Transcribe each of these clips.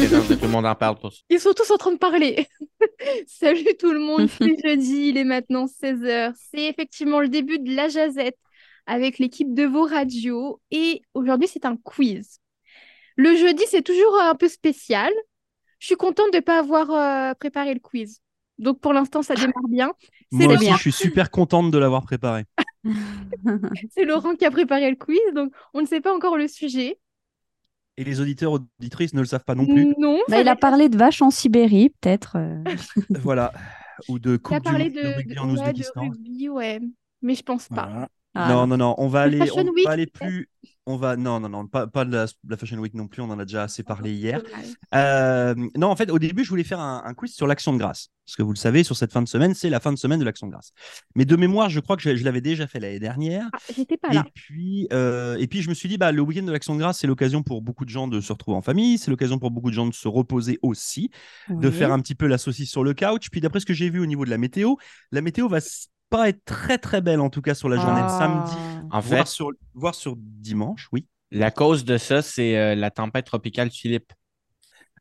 le monde en parle pour ça. Ils sont tous en train de parler. Salut tout le monde, c'est jeudi, il est maintenant 16h. C'est effectivement le début de la jazette avec l'équipe de vos radios. Et aujourd'hui, c'est un quiz. Le jeudi, c'est toujours euh, un peu spécial. Je suis contente de ne pas avoir euh, préparé le quiz. Donc pour l'instant, ça démarre bien. C'est Moi le aussi, bien. je suis super contente de l'avoir préparé. Bah, C'est Laurent qui a préparé le quiz, donc on ne sait pas encore le sujet. Et les auditeurs auditrices ne le savent pas non plus. Non, Bah, ça il va a être- parlé de vaches en Sibérie, peut-être. euh. voilà. Ou de il a Coupe du Mm. parlé monde de, de rugby de- en ouais, de Ouzbékistan. rugby, ouais. Mais je pense pas. Voilà. Ah, Non, non, non, on va Le aller, Fashion on Week, va aller plus. On va, non, non, non, pas, pas de la, la Fashion Week non plus, on en a déjà assez parlé hier. Dommage. Euh, non, en fait, au début, je voulais faire un, un quiz sur l'action de grâce. Parce que vous le savez, sur cette fin de semaine, c'est la fin de semaine de l'action de grâce. Mais de mémoire, je crois que je, je l'avais déjà fait l'année dernière. Ah, J'étais pas Et là. puis, euh, et puis, je me suis dit, bah, le week-end de l'action de grâce, c'est l'occasion pour beaucoup de gens de se retrouver en famille, c'est l'occasion pour beaucoup de gens de se reposer aussi, de oui. faire un petit peu la saucisse sur le couch. Puis, d'après ce que j'ai vu au niveau de la météo, la météo va s- pas être très très belle, en tout cas sur la journée de Ah. samedi, En fait, voire sur, voire sur dimanche, oui. la cause de ça, c'est euh, la tempête tropicale Philippe.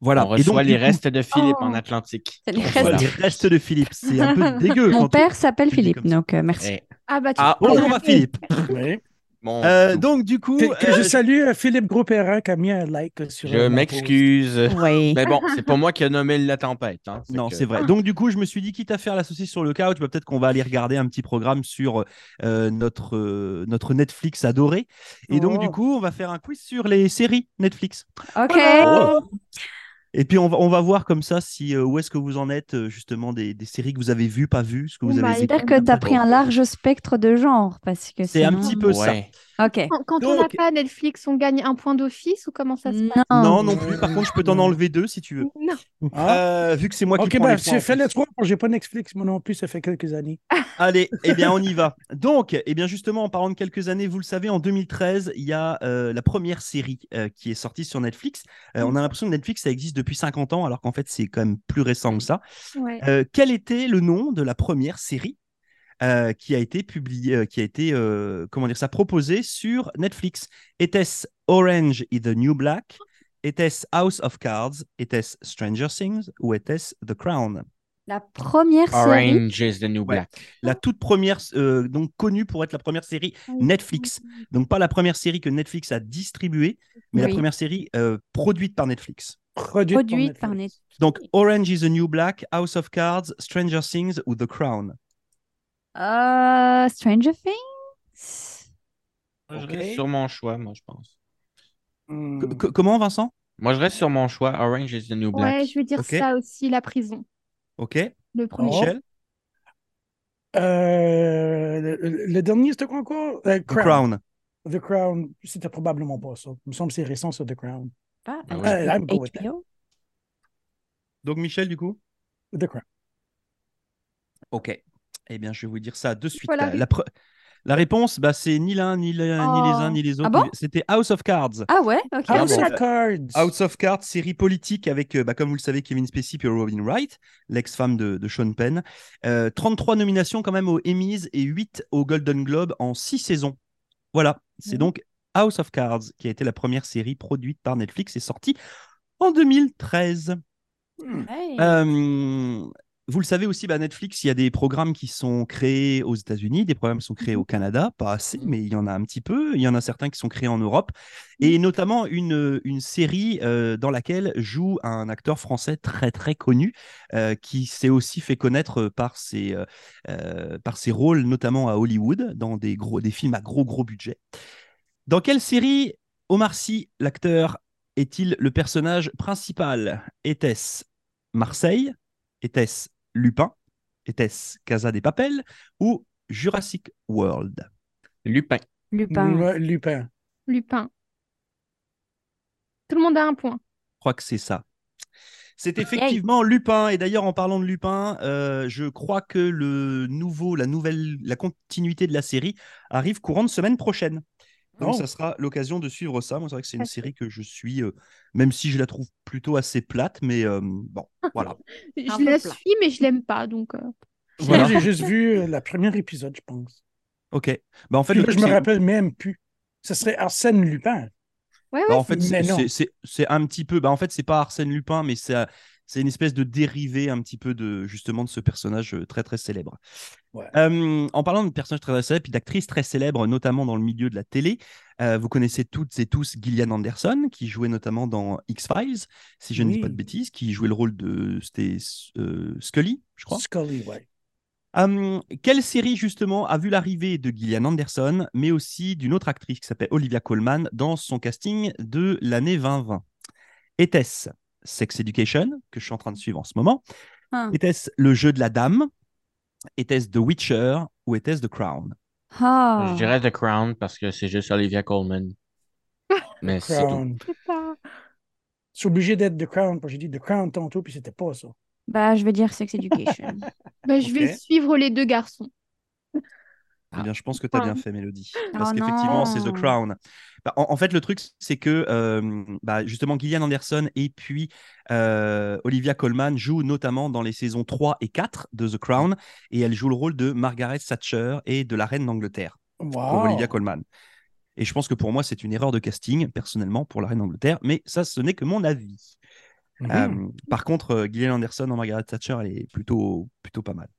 Voilà. On Et reçoit donc, les du coup, restes de Philippe en Oh. Atlantique. C'est les Donc, restes. voilà. les restes de Philippe, c'est un peu dégueu. Mon quand on- père s'appelle tu le dis Philippe, comme ça. donc euh, merci. Eh, Ah bah tu Ah, vois, Bonjour ma Philippe. Oui. mon Euh, doux. donc du coup, Que, que euh, je salue euh, Philippe Grosperrin qui a mis un like sur je euh, mon m'excuse. Oui. Mais bon, c'est pas moi qui a nommé la tempête. hein. Non, que- c'est vrai. Donc, du coup, je me suis dit, quitte à faire la saucisse sur le couch, bah, peut-être qu'on va aller regarder un petit programme sur euh, notre, euh, notre Netflix adoré. Et donc, Oh. du coup, on va faire un quiz sur les séries Netflix. Ok. Oh. Et puis, on va, on va voir comme ça si euh, où est-ce que vous en êtes, euh, justement, des, des séries que vous avez vues, pas vues, ce que vous Bah, avez J'espère écouté. que tu as pris un large spectre de genre, parce que C'est un sinon- petit peu ça. Ouais. Ok. quand, quand on n'a Donc- pas Netflix, on gagne un point d'office ou comment ça se passe Non, non plus. Par contre, je peux t'en Non. enlever deux si tu veux. Non. pauvre. Ah. Euh, vu que c'est moi qui ok, prends les ben, points, en c'est fait fait. le soir, j'ai pas Netflix, moi non plus, ça fait quelques années. Allez, eh bien, on y va. Donc, eh bien, justement, en parlant de quelques années, vous le savez, en 2013, il y a euh, la première série euh, qui est sortie sur Netflix. Euh, on a l'impression que Netflix, ça existe depuis 50 ans, alors qu'en fait, c'est quand même plus récent que ça. Ouais. Euh, quel était le nom de la première série euh, qui a été publiée, euh, qui a été, euh, comment dire ça, proposée sur Netflix Était-ce Orange is the New Black Était-ce House of Cards Était-ce Stranger Things Ou était-ce The Crown La première série. Orange is the New Ouais. Black. la toute première, euh, donc connue pour être la première série Netflix. Donc pas la première série que Netflix a distribuée, mais la Oui. première série euh, produite par Netflix. Produite, Produite par Netflix. Donc Orange is the New Black, House of Cards, Stranger Things ou The Crown. Euh, Stranger Things. Je Ok. reste sur mon choix, moi, je pense. Hmm. C- c- comment Vincent Moi, je reste sur mon choix. Orange is the New Black. Ouais, je vais dire Ok. ça aussi, la prison. Ok. Le premier. Oh. Michel. Euh, le, le dernier, c'était quoi encore? Euh, The Crown. Crown. The Crown, c'était probablement pas ça. Il me semble que c'est récent sur The Crown. Pas Ah ouais. HBO. I'm good with that. Donc Michel du coup. The Crown. Ok. Eh bien je vais vous dire ça de suite. Voilà. La, la pre- la réponse, bah, c'est ni l'un ni, l'un, ni les Oh. uns ni les autres. bon C'était House of Cards. Ah ouais, ok. Ah House bon. of Cards. House of Cards, série politique avec, euh, bah, comme vous le savez, Kevin Spacey et Robin Wright, l'ex-femme de, de Sean Penn. Euh, 33 nominations quand même aux Emmys et 8 aux Golden Globe en 6 saisons. Voilà, c'est Mhm. donc House of Cards qui a été la première série produite par Netflix et sortie en 2013. Ouais. Euh, vous le savez aussi, bah, Netflix, il y a des programmes qui sont créés aux États-Unis, des programmes qui sont créés au Canada, pas assez, mais il y en a un petit peu. Il y en a certains qui sont créés en Europe, et notamment une, une série euh, dans laquelle joue un acteur français très très connu, euh, qui s'est aussi fait connaître par ses, euh, euh, par ses rôles, notamment à Hollywood, dans des, gros, des films à gros gros budget. Dans quelle série Omar Sy, l'acteur, est-il le personnage principal Était-ce Marseille Était-ce Lupin Était-ce Casa des Papel Ou Jurassic World Lupin. Lupin. Lu- Lupin. Lupin. Tout le monde a un point. Je crois que c'est ça. C'est effectivement Lupin. Et d'ailleurs, en parlant de Lupin, euh, je crois que le nouveau, la nouvelle, la continuité de la série arrive courant de semaine prochaine. Donc, Oh. ça sera l'occasion de suivre ça. Moi, c'est vrai que c'est une Parfait. série que je suis, euh, même si je la trouve plutôt assez plate, mais euh, bon, voilà. Un Je peu la plat. suis, mais je l'aime pas. Donc, euh, Voilà. Moi, J'ai juste vu euh, le premier épisode, je pense. Ok. Bah, en fait, Puis le là, truc, je me c'est- rappelle même plus. Ce serait Arsène Lupin. Ouais, ouais. Bah, en fait, Mais c'est- non. c'est- c'est c'est un petit peu. Bah, en fait, c'est pas Arsène Lupin, mais c'est c'est une espèce de dérivé un petit peu de justement de ce personnage euh, très très célèbre. Ouais. Euh, en parlant de personnages très, très célèbres et d'actrices très célèbres, notamment dans le milieu de la télé, euh, vous connaissez toutes et tous Gillian Anderson, qui jouait notamment dans X-Files, si je ne dis Oui. pas de bêtises, qui jouait le rôle de c'était, euh, Scully, je crois. Scully, ouais. Hum, quelle série justement a vu l'arrivée de Gillian Anderson, mais aussi d'une autre actrice qui s'appelle Olivia Colman dans son casting de l'année 2020 Était-ce Sex Education, que je suis en train de suivre en ce moment Ah. Était-ce Le jeu de la dame Était-ce The Witcher ou était-ce The Crown Ah. Je dirais The Crown parce que c'est juste Olivia Colman. Mais c'est tout. Crown. Je suis obligé d'être The Crown, parce que j'ai dit The Crown tantôt, puis c'était pas ça. Bah, je vais dire Sex Education. Bah, je vais Ok. suivre les deux garçons. Eh bien, je pense que tu as bien Ah. fait, Mélodie. Parce Oh qu'effectivement, c'est The non. Crown. Bah, en, en fait, le truc, c'est que euh, bah, justement, Gillian Anderson et puis euh, Olivia Colman jouent notamment dans les saisons 3 et 4 de The Crown. Et elle joue le rôle de Margaret Thatcher et de la reine d'Angleterre pour Wow. Olivia Colman. Et je pense que pour moi, c'est une erreur de casting, personnellement, pour la reine d'Angleterre. Mais ça, ce n'est que mon avis. Mhm. Euh, par contre, euh, Gillian Anderson en Margaret Thatcher, elle est plutôt, plutôt pas mal.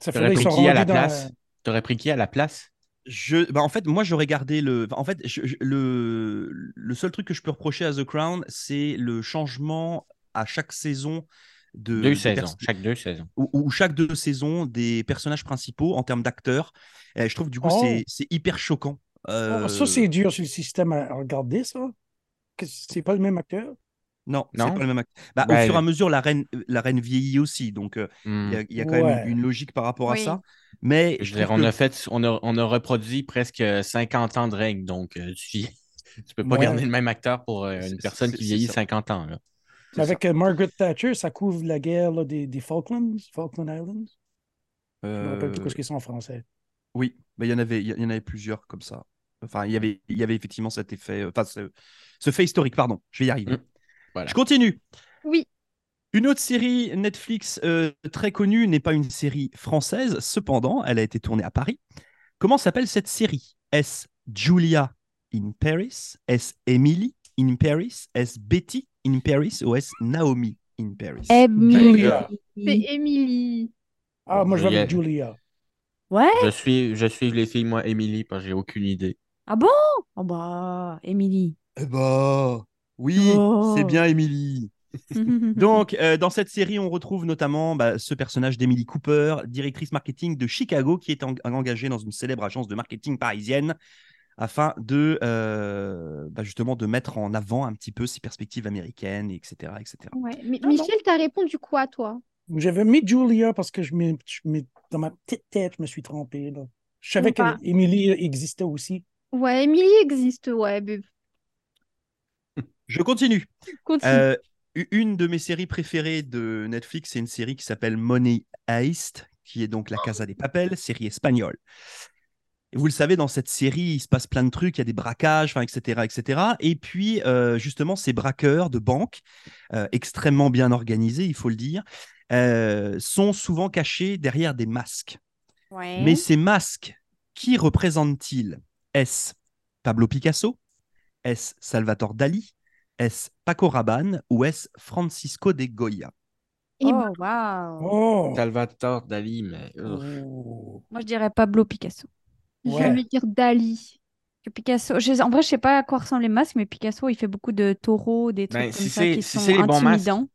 ça T'aurais ferait qu'ils pris sont qui à la rendus dans... place? T'aurais pris qui à la place? Je, bah en fait, moi, j'aurais gardé le. En fait, je- je- le, le seul truc que je peux reprocher à The Crown, c'est le changement à chaque saison de. Deux de saisons, pers- chaque deux saisons. Ou, ou chaque deux saisons des personnages principaux en termes d'acteurs. Et je trouve, du coup, Oh. c'est- c'est hyper choquant. Oh, Euh, Ça, c'est dur sur le système à à regarder, ça. Que c'est pas le même acteur. Non, c'est Non. pas le même acte. Bah, Bah, au fur et à elle- mesure, la reine, la reine vieillit aussi. Donc, euh, il Hmm. y a- il y, a quand même Ouais. une, une logique par rapport Oui. à ça. Mais Je je veux dire, trouve on que- a fait, on a, on a reproduit presque 50 ans de règne, donc euh, tu, tu peux pas Ouais. garder le même acteur pour euh, C'est- une personne c'est- qui c'est vieillit ça. 50 ans. là. C'est Avec euh, Margaret Thatcher, ça couvre la guerre là, des, des Falklands, Falkland Islands. Je me rappelle plus Euh, quoi ce qu'ils sont en français. Oui, mais il y en avait, il y il y en avait plusieurs comme ça. Enfin, il y avait, il y avait effectivement cet effet, euh, enfin, ce, ce fait historique, pardon, je vais y arriver. Mm. Voilà. Je continue. Oui. Une autre série Netflix euh, très connue n'est pas une série française, cependant, elle a été tournée à Paris. Comment s'appelle cette série Est-ce Julia in Paris Est-ce Emily in Paris Est-ce Betty in Paris Ou est-ce Naomi in Paris Eh Emily. Julia. C'est Émilie. Ah, moi, je vais avec Yeah. Julia. Ouais. Je suis, je suis les filles, moi, Émilie, parce que j'ai aucune idée. Ah bon? Oh bah, Emily. Eh bah, oui, Oh. c'est bien Emily. Donc, euh, dans cette série, on retrouve notamment bah, ce personnage d'Emily Cooper, directrice marketing de Chicago, qui est en- engagée dans une célèbre agence de marketing parisienne afin de euh, bah, justement de mettre en avant un petit peu ses perspectives américaines, etc., etc. Ouais. Mais Ah, Michel, t'as répondu quoi, toi? J'avais mis Julia parce que je m'ai- je m'ai- dans ma petite tête, je me suis trompé. là. Je savais Ou pas. qu'Emily existait aussi. Ouais, Émilie existe, ouais. mais Je continue. Continue. Euh, u- une de mes séries préférées de Netflix, c'est une série qui s'appelle Money Heist, qui est donc La Casa des Papel, série espagnole. Et vous le savez, dans cette série, il se passe plein de trucs, il y a des braquages, enfin, etc., etc. Et puis, euh, justement, ces braqueurs de banques, euh, extrêmement bien organisés, il faut le dire, euh, sont souvent cachés derrière des masques. Ouais. Mais ces masques, qui représentent-ils Est-ce Pablo Picasso Est-ce Salvatore Dali Est-ce Paco Rabanne Ou est-ce Francisco de Goya Eh ben, Oh, wow. Oh! Salvatore Dali, mais. ugh. Oh. Moi, je dirais Pablo Picasso. Ouais. j'allais dire Dali. Que Picasso, je sais- en vrai, je sais pas à quoi ressemblent les masques, mais Picasso, il fait beaucoup de taureaux, des trucs Ben, comme si ça c'est- qui si sont c'est les bons masques. intimidants.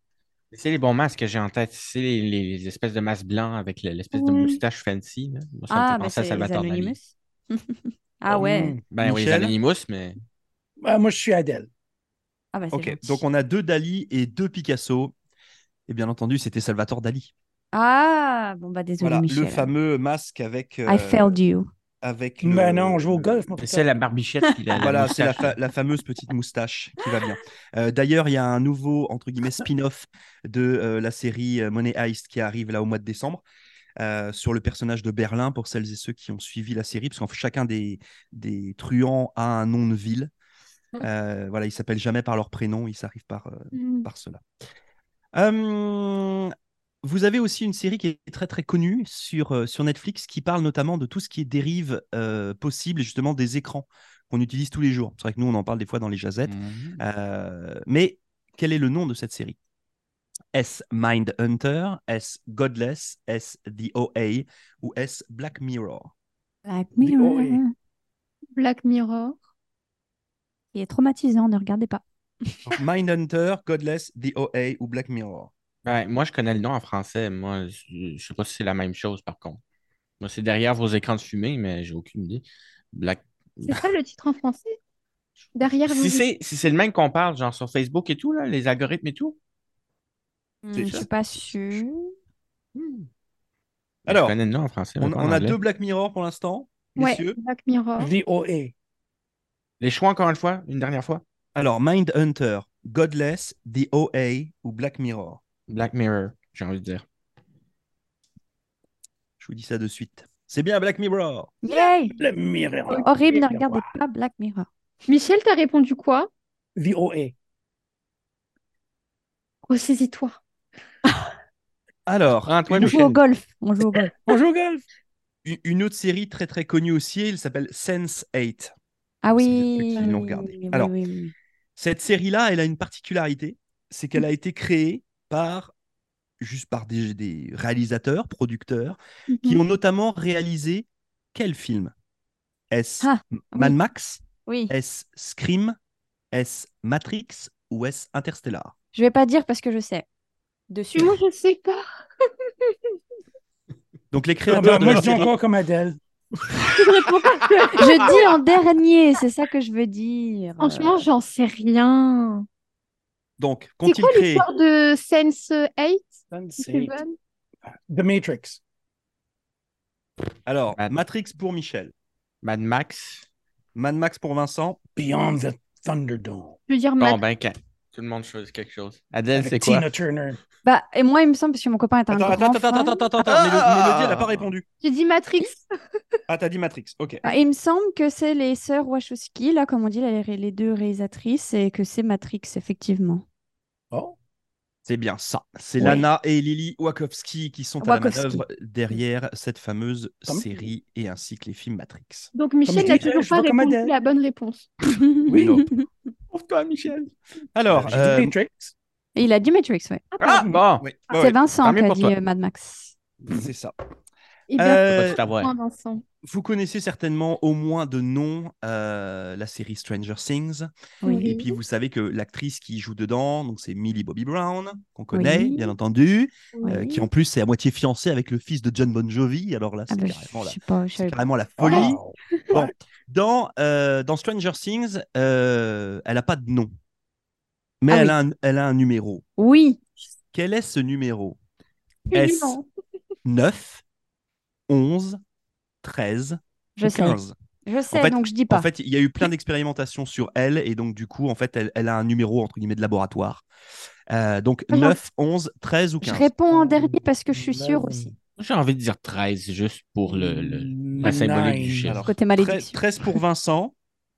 C'est les bons masques que j'ai en tête. C'est les, les- les espèces de masques blancs avec le- l'espèce de Ouais. moustache fancy. là. Moi, ça me Ah, fait ben, penser à c'est les Salvatore Dali. Anonymous. Ah ouais. Mm. Ben oui, les Michel? Anonymous, mais. Ah, moi, je suis Adèle. Ah bah, c'est Ok, gentil. donc on a deux Dali et deux Picasso. Et bien entendu, c'était Salvatore Dali. Ah, bon, bah, désolé, Voilà, Michel. le hein. fameux masque avec. euh, I failed you. Avec le- Mais Ben non, on joue au golf. moi, C'est la barbichette qui l'a. la Voilà, c'est la, moustache, fa- la fameuse petite moustache qui va bien. Euh, D'ailleurs, il y a un nouveau, entre guillemets, spin-off de euh, la série euh, Money Heist qui arrive là au mois de décembre euh, sur le personnage de Berlin pour celles et ceux qui ont suivi la série, parce qu'en fait, chacun des, des truands a un nom de ville. Euh, voilà, ils s'appellent jamais par leur prénom, ils s'arrivent par, euh, Mm. par cela. Euh, vous avez aussi une série qui est très très connue sur, euh, sur Netflix qui parle notamment de tout ce qui est dérive euh, possible justement des écrans, qu'on utilise tous les jours. C'est vrai que nous, on en parle des fois dans les jazettes. Mhm. Euh, mais quel est le nom de cette série Est-ce Mindhunter Est-ce Godless Est-ce The OA Ou est-ce Black Mirror Black Mais Mirror. ouais. Black Mirror. Il est traumatisant, ne regardez pas. Mindhunter, Godless, The OA ou Black Mirror Ouais, Ben, moi, je connais le nom en français. Moi, je je sais pas si c'est la même chose, par contre. Moi, c'est derrière vos écrans de fumée, mais j'ai aucune idée. Black... C'est ça le titre en français? Derrière vous. Si c'est si c'est le même qu'on parle, genre sur Facebook et tout, là, les algorithmes et tout. Hmm, C'est Je ça. suis pas sûre. Hmm. Alors, je connais le nom en français, mais On, pas en on a anglais. deux Black Mirror pour l'instant, Ouais, messieurs. Black Mirror. Hein? Je dis OA. Les choix, encore une fois, une dernière fois. Alors, Mindhunter, Godless, The OA ou Black Mirror Black Mirror, j'ai envie de dire. Je vous dis ça de suite. C'est bien Black Mirror. Yay! Le miroir. Horrible, ne Le regardez miroir. pas Black Mirror. Michel, t'as répondu quoi? The OA. Ressaisis-toi. Alors, Prends-toi, une, On joue au golf. On joue au golf. Bonjour, golf. une- une autre série très très connue aussi, elle s'appelle Sense8. Ah C'est des oui. trucs qui l'ont regardé. oui, Alors, oui, oui. Cette série-là, elle a une particularité, c'est qu'elle a été créée par juste par des, des réalisateurs, producteurs, qui Mhm. ont notamment réalisé quel film Est-ce Ah, Mad oui. Max Oui. Est-ce Scream Est-ce Matrix Ou est-ce Interstellar Je vais pas dire parce que je sais. Dessus. Moi, je sais Euh. pas. Donc les Ah créateurs ben, de moi, la je dis série- encore comme Adèle. Je dis en dernier, c'est ça que je veux dire. Franchement, j'en sais rien. Donc, C'est qu'ont-ils quoi créé l'histoire de Sense 8? C'est The Matrix. Alors, Mad- Matrix pour Michel, Mad Max. Mad Max pour Vincent. Beyond the Thunderdome. Je veux dire, Bon, Matt, ben, quand- tout le monde choisit quelque chose. Adèle, Avec c'est quoi? Tina Turner. Bah, et moi, il me semble, parce que mon copain est un Attends, grand attends, attends, fan. attends, attends, attends, Ah Mélodie, Mélodie, elle n'a pas répondu. j'ai dit Matrix. Ah, t'as dit Matrix, ok. Bah, il me semble que c'est les sœurs Wachowski, là, comme on dit, les, les deux réalisatrices, et que c'est Matrix, effectivement. Oh. C'est bien ça. C'est Oui. Lana et Lily Wachowski qui sont à la Wachowski. manœuvre derrière cette fameuse Comme- série et ainsi que les films Matrix. Donc, Michel je n'a disais, toujours je pas vois comme répondu Adèle. la bonne réponse. Oui, non. Pourquoi, Michel Alors, J'ai dit euh, Matrix. Et il a dit Matrix, ouais. Ah, bon! oui, C'est ouais, Vincent tant qui mieux a pour dit toi. euh, Mad Max. ouais, c'est ça. Eh bien, Faut Euh, pas tout avoir. point, Vincent. vous connaissez certainement au moins de nom euh, la série Stranger Things. Oui. Et Mhm. puis vous savez que l'actrice qui joue dedans, donc c'est Millie Bobby Brown, qu'on connaît Oui. bien entendu, euh, Oui. qui en plus est à moitié fiancée avec le fils de John Bon Jovi. Alors là, Ah c'est bah, je- carrément, je la, sais pas, je c'est savais pas. carrément la folie. Wow. Bon, dans, euh, dans Stranger Things, euh, elle n'a pas de nom, mais Ah elle, oui. a un, elle a un numéro. Oui, Quel est ce numéro Plus S. du vent. 9, 11, 13, je sais. 15. Je sais, fait- donc je dis pas. En fait, il y a eu plein d'expérimentations sur elle, et donc du coup, en fait, elle, elle a un numéro entre guillemets de laboratoire. Euh, donc Ah, j'en- 9, 11, 13 ou je 15. réponds en dernier parce que je suis sûre aussi. J'ai envie de dire 13 juste pour le. le- la symbolique du Nine. chiffre. Alors, Côté tre- malédiction. 13 pour Vincent,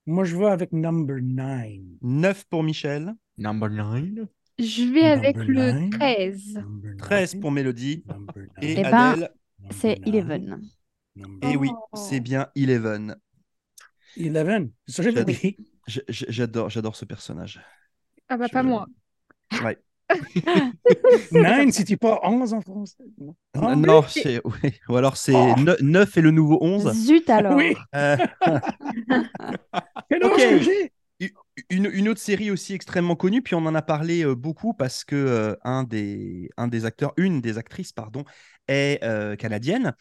Moi, je vais avec number 9. 9 pour Michel, Number 9. Je vais avec le Number nine. 13. 13 pour Mélodie et Eh ben, Adèle. C'est Eleven. Et oui, c'est bien Eleven. Eleven. C'est ça que j'avais Oui. dit. Je- je- J'adore, j'adore ce personnage. Ah bah, Je- pas moi. Ouais. Nine, c'était pas 11 en français. Non. N- non, c'est- oui. ou alors c'est Oh. ne- 9 et le nouveau 11. Zut alors. Oui. Euh, Quel âge Ok. que j'ai? Une, une autre série aussi extrêmement connue, puis on en a parlé euh, beaucoup parce que euh, un, des, un des acteurs, une des actrices, pardon, est euh, canadienne.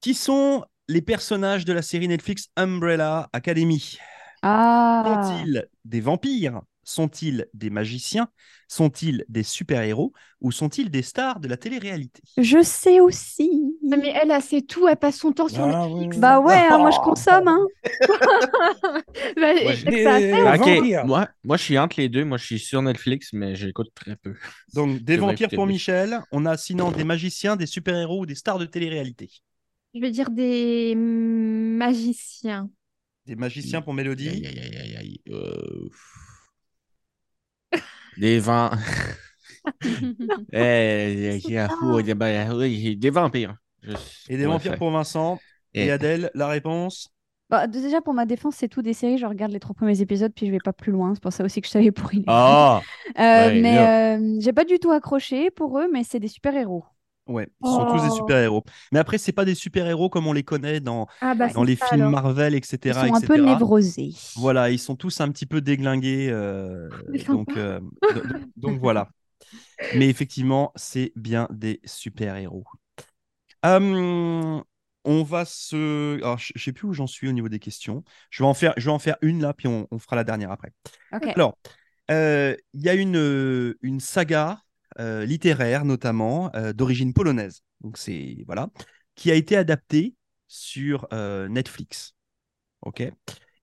Qui sont les personnages de la série Netflix Umbrella Academy Ah. Sont-ils des vampires Sont-ils des magiciens Sont-ils des super-héros Ou sont-ils des stars de la télé-réalité Je sais aussi. Non, mais elle, elle sait tout. Elle passe son temps sur Ah, Netflix. oui. Bah ouais, hein, moi je Oh. consomme. Hein. Bah, Moi, je- ça a je- fait, Au Ok, vampire. moi, moi, je suis entre les deux. Moi, je suis sur Netflix, mais j'écoute très peu. Donc des C'est vrai, vampires écoutez, pour mais- Michel, on a sinon des magiciens, des super-héros ou des stars de télé-réalité. je vais dire des magiciens. Des Mm. magiciens pour Aïe, Mélodie, aïe, aïe, aïe, aïe. Euh, Des vents. Eh, y a- ça. y a- ben, oui, Des vampires. Je- et des Ouais, vampires fait. pour Vincent. Eh, Et Adèle, la réponse Bah, déjà, pour ma défense, c'est tout des séries. Je regarde les trois premiers épisodes, puis je vais pas plus loin. C'est pour ça aussi que je savais pour il. Ah! Euh, Ouais, mais euh, j'ai pas du tout accroché pour eux, mais c'est des super-héros. Ouais, ils sont tous des Oh. super-héros. Mais après, c'est pas des super-héros comme on les connaît dans, Ah bah, dans les ça, films alors. Marvel, etc. Ils sont un peu etc.. névrosés. Voilà, ils sont tous un petit peu déglingués. euh, C'est sympa. donc, euh, do- do- donc voilà. Mais effectivement, c'est bien des super-héros. Hum, on va se. Alors, je je sais plus où j'en suis au niveau des questions. Je vais en faire, je vais en faire une là, puis on, on fera la dernière après. Ok. Alors, euh, il y a une, euh, une saga euh, littéraire, notamment, euh, d'origine polonaise. Donc, c'est. Voilà. Qui a été adaptée sur euh, Netflix. OK?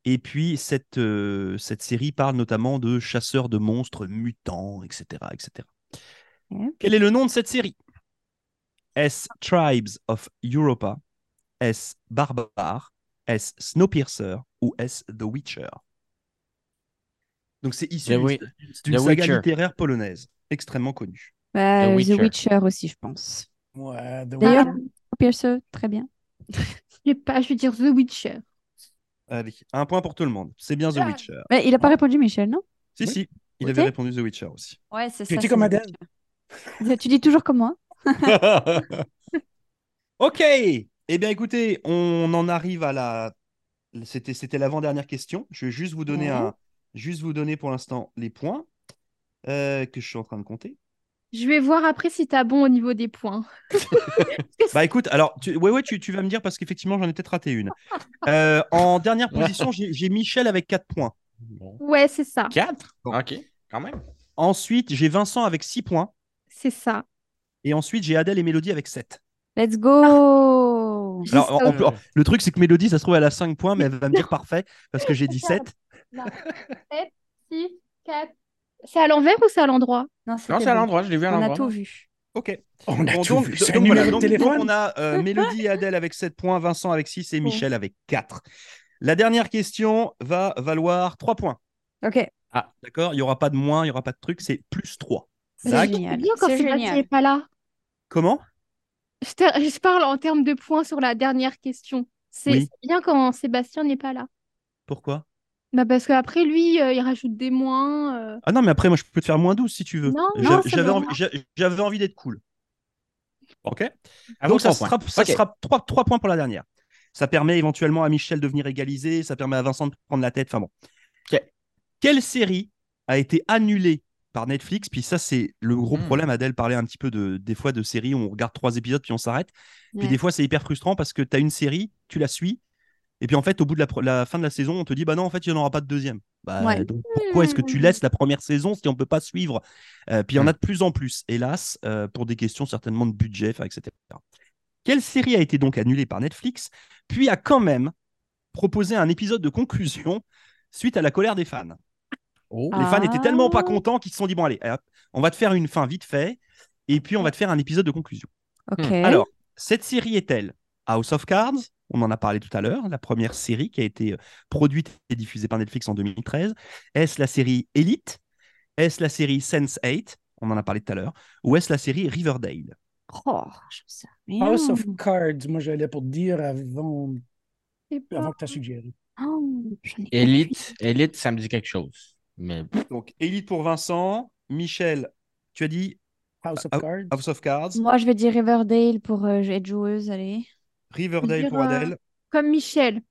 Et puis, cette, euh, cette série parle notamment de chasseurs de monstres mutants, etc. etc. Ouais. Quel est le nom de cette série Est-ce Tribes of Europa Est-ce Barbare Est-ce Snowpiercer Ou est-ce The Witcher Donc, c'est issu The d'une- Wi- d'une The saga Witcher. littéraire polonaise, extrêmement connue. Bah, The The Witcher. Witcher. aussi, je pense. Ouais, The D'ailleurs- Witcher. Snowpiercer, très bien. ah, Je sais pas, je vais dire The Witcher. Allez, un point pour tout le monde. C'est bien The Ah. Euh, Witcher. Mais il oh. a pas répondu, Michel, non Si, Oui. si, il Ok. avait répondu The Witcher aussi. Ouais, c'est J'étais ça, comme c'est Adèle. The Witcher. Tu dis toujours comme moi. ok. Eh bien, écoutez, on en arrive à la. C'était, c'était l'avant-dernière question. Je vais juste vous donner, Ouais. un... juste vous donner pour l'instant les points euh, que je suis en train de compter. Je vais voir après si t'as bon au niveau des points. Bah écoute, alors, tu... ouais, ouais, tu, tu vas me dire parce qu'effectivement, j'en ai peut-être raté une. Euh, en dernière position, j'ai, j'ai Michel avec 4 points. Bon. Ouais, c'est ça. Quatre? Bon. OK, quand même. Ensuite, j'ai Vincent avec 6 points. C'est ça. Et ensuite, j'ai Adèle et Mélodie avec 7. Let's go J'ai Alors, ça en- aussi. en- le truc, c'est que Mélodie, ça se trouve, elle a 5 points, mais elle va me dire parfait parce que j'ai dit 7. 6, 4. C'est à l'envers ou c'est à l'endroit Non, Non, c'était c'est à bon. l'endroit, je l'ai vu à On a l'endroit. tout vu. Ok. On a Bon, tout donc, vu. donc, C'est un voilà, numéro donc- de téléphone. donc on a euh, Mélodie et Adèle avec 7 points, Vincent avec 6 et Michel avec 4. La dernière question va valoir 3 points. Ok. Ah. D'accord Il n'y aura pas de moins, il n'y aura pas de truc, c'est plus 3. C'est Zach C'est génial. bien quand C'est Sébastien génial. n'est pas là. Comment Je, te- je parle en termes de points sur la dernière question. C'est Oui. c'est bien quand Sébastien n'est pas là. Pourquoi Bah parce qu'après, lui, euh, il rajoute des moins. euh. Ah non, mais après, moi, je peux te faire moins 12 si tu veux. Non, J'a- non, c'est J'avais bon. envie, j'a- j'avais envie d'être cool. Ok À vous Donc, ça trois sera, points. ça OK. sera 3, points pour la dernière. Ça permet éventuellement à Michel de venir égaliser, ça permet à Vincent de prendre la tête. Enfin bon. Ok. Quelle série a été annulée par Netflix Puis ça, c'est le gros Hmm. problème. Adèle parlait un petit peu de, des fois de séries où on regarde trois épisodes puis on s'arrête. Puis Ouais. des fois, c'est hyper frustrant parce que tu as une série, tu la suis. Et puis en fait, au bout de la, pro- la fin de la saison, on te dit Bah non, en fait, il n'y en aura pas de deuxième. Bah, Ouais. donc, pourquoi est-ce que tu Hmm. laisses la première saison si on ne peut pas suivre Euh, Puis il y en Hmm. a de plus en plus, hélas, euh, pour des questions certainement de budget, enfin, etc. Quelle série a été donc annulée par Netflix, puis a quand même proposé un épisode de conclusion suite à la colère des fans Oh. Ah. Les fans étaient tellement pas contents qu'ils se sont dit Bon, allez, hop, on va te faire une fin vite fait, et puis on va te faire un épisode de conclusion. Ok. Hmm. Alors, cette série est-elle House of Cards On en a parlé tout à l'heure, la première série qui a été euh, produite et diffusée par Netflix en 2013. Est-ce la série Elite Est-ce la série Sense8 On en a parlé tout à l'heure. Ou est-ce la série Riverdale Oh, je sais rien. House of Cards, moi j'allais pour te dire avant, Je sais pas. avant que tu as suggéré. Oh, j'en ai Élite, élite, ça me dit quelque chose. Mais Donc, Elite pour Vincent. Michel, tu as dit House of Ah, Cards. House of Cards. Moi, je vais dire Riverdale pour euh, être joueuse, allez. Riverdale dire, pour euh, Adèle. Comme Michel.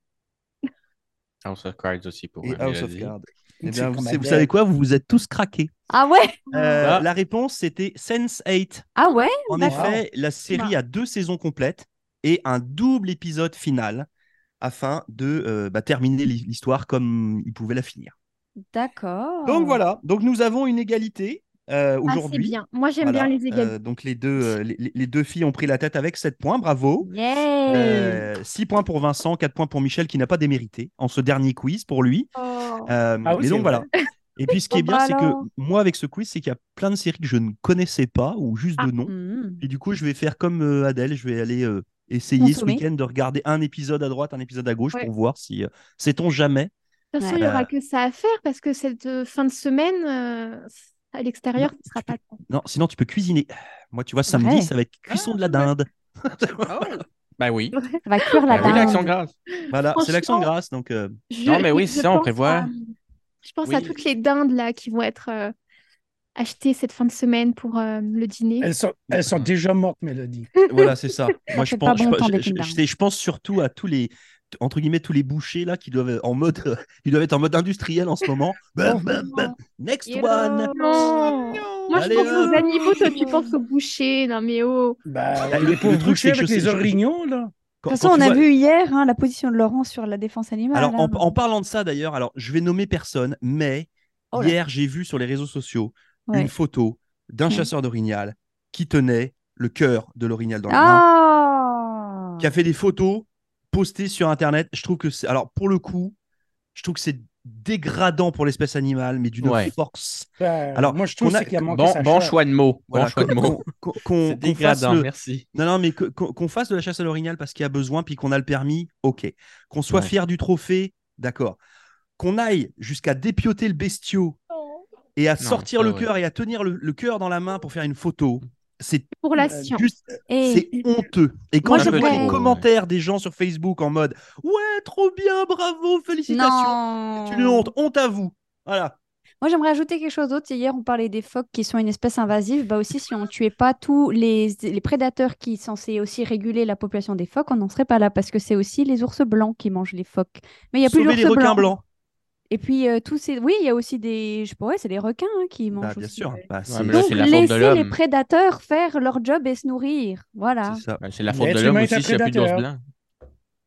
House of Cards aussi pour Et euh, House of Mélodie. Cards. C'est Eh bien, vous, comme vous Adèle. savez quoi Vous vous êtes tous craqués. Ah ouais? Euh, Ah. La réponse, c'était Sense8. Ah ouais? En D'accord. effet, la série a deux saisons complètes et un double épisode final afin de euh, bah, terminer l'hi- l'histoire comme ils pouvaient la finir. D'accord. Donc voilà, donc nous avons une égalité euh, Ah, c'est aujourd'hui. bien. Moi, j'aime Voilà, bien les égalités. euh, donc les deux, euh, les, les- les deux filles ont pris la tête avec 7 points, bravo. Yay! 6 points pour Vincent, 4 points pour Michel qui n'a pas démérité en ce dernier quiz pour lui. Oh. Euh, Ah oui, et c'est donc vrai. voilà. Et puis ce qui Bon, est bien, bah c'est que alors. moi avec ce quiz, c'est qu'il y a plein de séries que je ne connaissais pas ou juste de nom. Hmm. Et du coup, je vais faire comme euh, Adèle, je vais aller euh, essayer ce Consommer. week-end de regarder un épisode à droite, un épisode à gauche Ouais. pour voir si euh, sait-on jamais. De toute façon, Ouais. il n'y aura Euh, que ça à faire parce que cette euh, fin de semaine, euh, à l'extérieur, ce ne sera pas le temps. Non, sinon tu peux cuisiner. Moi, tu vois, samedi, Vrai. ça va être cuisson Ah, de la pas mal. dinde. Oh. Ben oui. Ça va cuire la Ah Ben oui, l'action dinde. grasse. Voilà, c'est l'action Franchement- grasse. Donc, euh, Je- Non, mais oui, je c'est ça, on pense prévoit. à- je pense à Oui. toutes les dindes là qui vont être euh, achetées cette fin de semaine pour euh, le dîner. Elles sont, elles sont déjà mortes, Mélodie. voilà, c'est ça. Moi, je fait pas pense, je, bon pense- temps je- des je- Kinder. je- je pense surtout à tous les entre guillemets tous les bouchers là qui doivent être en mode ils doivent être en mode industriel en ce moment. Bam, bam, bam. Next one. Non. Moi, Allez, je pense hop. aux animaux, toi, tu penses aux bouchers. Non, mais oh. Ben, Là, Ah, le- les le pauvres truc, bouchers c'est que avec je sais- je- les orignons, là. De Quand- toute façon, quand on tu a vois- vu hier hein, la position de Laurent sur la défense animale. hein. Alors, là. en, en parlant de ça d'ailleurs, alors je vais nommer personne, mais Oh là. hier j'ai vu sur les réseaux sociaux Ouais. une photo d'un Ouais. chasseur d'orignal qui tenait le cœur de l'orignal dans la main, Ah qui a fait des photos postées sur internet. Je trouve que c'est, alors pour le coup, je trouve que c'est dégradant pour l'espèce animale, mais d'une Ouais. force. Ben, Alors, moi, je trouve qu'on a- c'est qu'il a manqué Bon, sa bon chair. choix de mots. Voilà, bon choix de qu'on- mots. qu'on- qu'on- C'est qu'on fasse dégradant, le- merci. Non, non, mais que- qu'on qu'on fasse de la chasse à l'orignal parce qu'il y a besoin, puis qu'on a le permis, ok. Qu'on soit Ouais. fier du trophée, d'accord. Qu'on aille jusqu'à dépioter le bestiau et à Non, sortir ça, le ouais. cœur et à tenir le, le cœur dans la main pour faire une photo, c'est Pour la Euh, science. Bah, juste, c'est Et honteux. Et quand Moi, je je vois les voudrais- commentaires des gens sur Facebook en mode ouais, trop bien, bravo, félicitations, non c'est une honte, honte à vous. Voilà. Moi, j'aimerais ajouter quelque chose d'autre. Hier, on parlait des phoques qui sont une espèce invasive. Bah aussi, si on tuait pas tous les, les prédateurs qui sont censés aussi réguler la population des phoques, on n'en serait pas là parce que c'est aussi les ours blancs qui mangent les phoques. Mais il y a plus Sauver les d'ours requins blancs. blancs. Et puis euh, tous ces, oui, il y a aussi des, je pourrais, c'est des requins hein, qui mangent Bah, bien aussi, sûr. euh. Bah, c'est mais là, Donc c'est la faute de laissez les l'homme. prédateurs faire leur job et se nourrir. Voilà. c'est ça. Ben, c'est la Mais faute de l'être l'homme humain est aussi un s'il n'y a plus d'ours prédateur. blancs.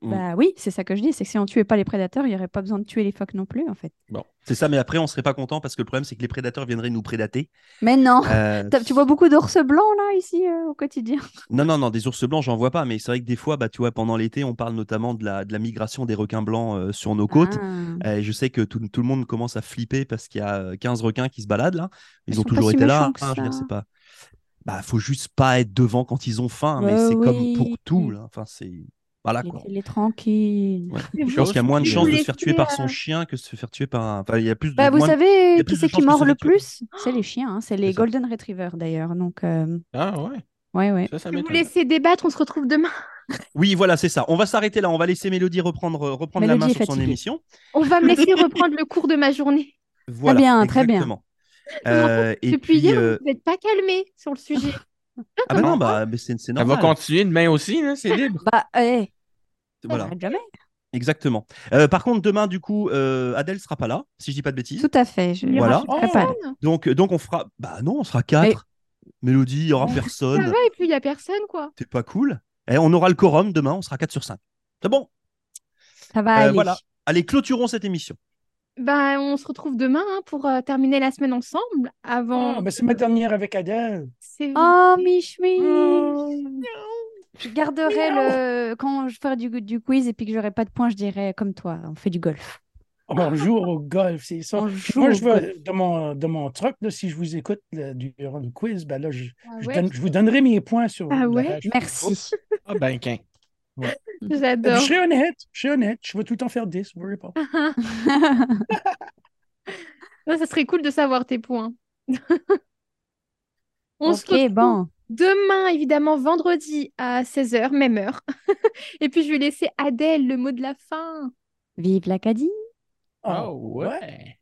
Mm. Bah oui, c'est ça que je dis, c'est que si on tuait pas les prédateurs, il n'y aurait pas besoin de tuer les phoques non plus en fait. C'est ça, mais après, on serait pas content parce que le problème, c'est que les prédateurs viendraient nous prédater. Mais non. Euh, T'as- Tu vois beaucoup d'ours blancs là ici euh, au quotidien. non, non, non, des ours blancs, j'en vois pas, mais c'est vrai que des fois, bah, tu vois, pendant l'été, on parle notamment de la, de la migration des requins blancs euh, sur nos côtes. Ah. Euh, je sais que tout, tout le monde commence à flipper parce qu'il y a euh, 15 requins qui se baladent là. Ils, Ils sont ont pas toujours si été là. méchants que hein, je veux dire, ça. c'est pas. Bah, faut juste pas être devant quand ils ont faim, mais Bah c'est comme oui. pour tout. Là. Enfin, c'est. Voilà quoi. Laissez-les tranquilles. Ouais. Mais Je pense vous- qu'il y a moins de vous chances de se faire laissez, tuer par euh, son chien que de se faire tuer par un. Enfin, il y a plus de. Bah, vous moins de- savez y a qui plus de c'est qui chances que mord ça le les tue. plus C'est les chiens, hein, c'est les C'est ça. Golden Retrievers d'ailleurs. Donc, euh, Ah ouais, ouais, ouais. ça, ça Je vous m'étonne. laisser débattre, on se retrouve demain. Oui, voilà, c'est ça. On va s'arrêter là. On va laisser Mélodie reprendre, euh, reprendre la Mélodie est main sur son fatiguée. émission. On va me laisser reprendre le cours de ma journée. Voilà, bien, très bien. exactement. Euh, et Depuis puis, hier, euh, vous n'êtes pas calmé sur le sujet. ah Hein bah non, bah, mais c'est c'est Ça va normal. continuer demain aussi, hein, c'est libre. Bah, eh, on Voilà, arrête jamais. exactement. Euh, par contre, demain, du coup, euh, Adèle sera pas là, si je dis pas de bêtises. Tout à fait. Je... Mais Voilà. je suis très pâle. Donc, euh, donc on fera. Bah non, on sera quatre. Mélodie, il y aura Ouais. Ça personne. va, et puis il n'y a personne, quoi. C'est pas cool. Et on aura le quorum demain. On sera 4 sur 5. C'est bon. Ça va Euh, aller. voilà. Allez, clôturons cette émission. Bah, on se retrouve demain hein, pour euh, terminer la semaine ensemble. Avant. Ah, ben, c'est ma dernière avec Adèle. C'est Oh, Mich, Mich. Je garderai le. Quand je ferai du, du quiz et puis que j'aurai pas de points, je dirai comme toi, on fait du golf. On joue au golf, c'est ça. On joue Moi, au je golf. vais de mon, de mon truc, là, si je vous écoute là, durant le quiz, ben là, je, Ah je ouais, donne- je vous donnerai mes points sur Ah la ouais? page. Merci. Ah ben, qu'un. Je J'adore. serai honnête, je serai honnête, je vais tout le temps faire 10, vous pas. Ouais, ça serait cool de savoir tes points. on se ok, retrouve bon. demain, évidemment, vendredi à 16h, même heure. et puis je vais laisser Adèle le mot de la fin. Oh, Vive l'Acadie. Ah, ouais.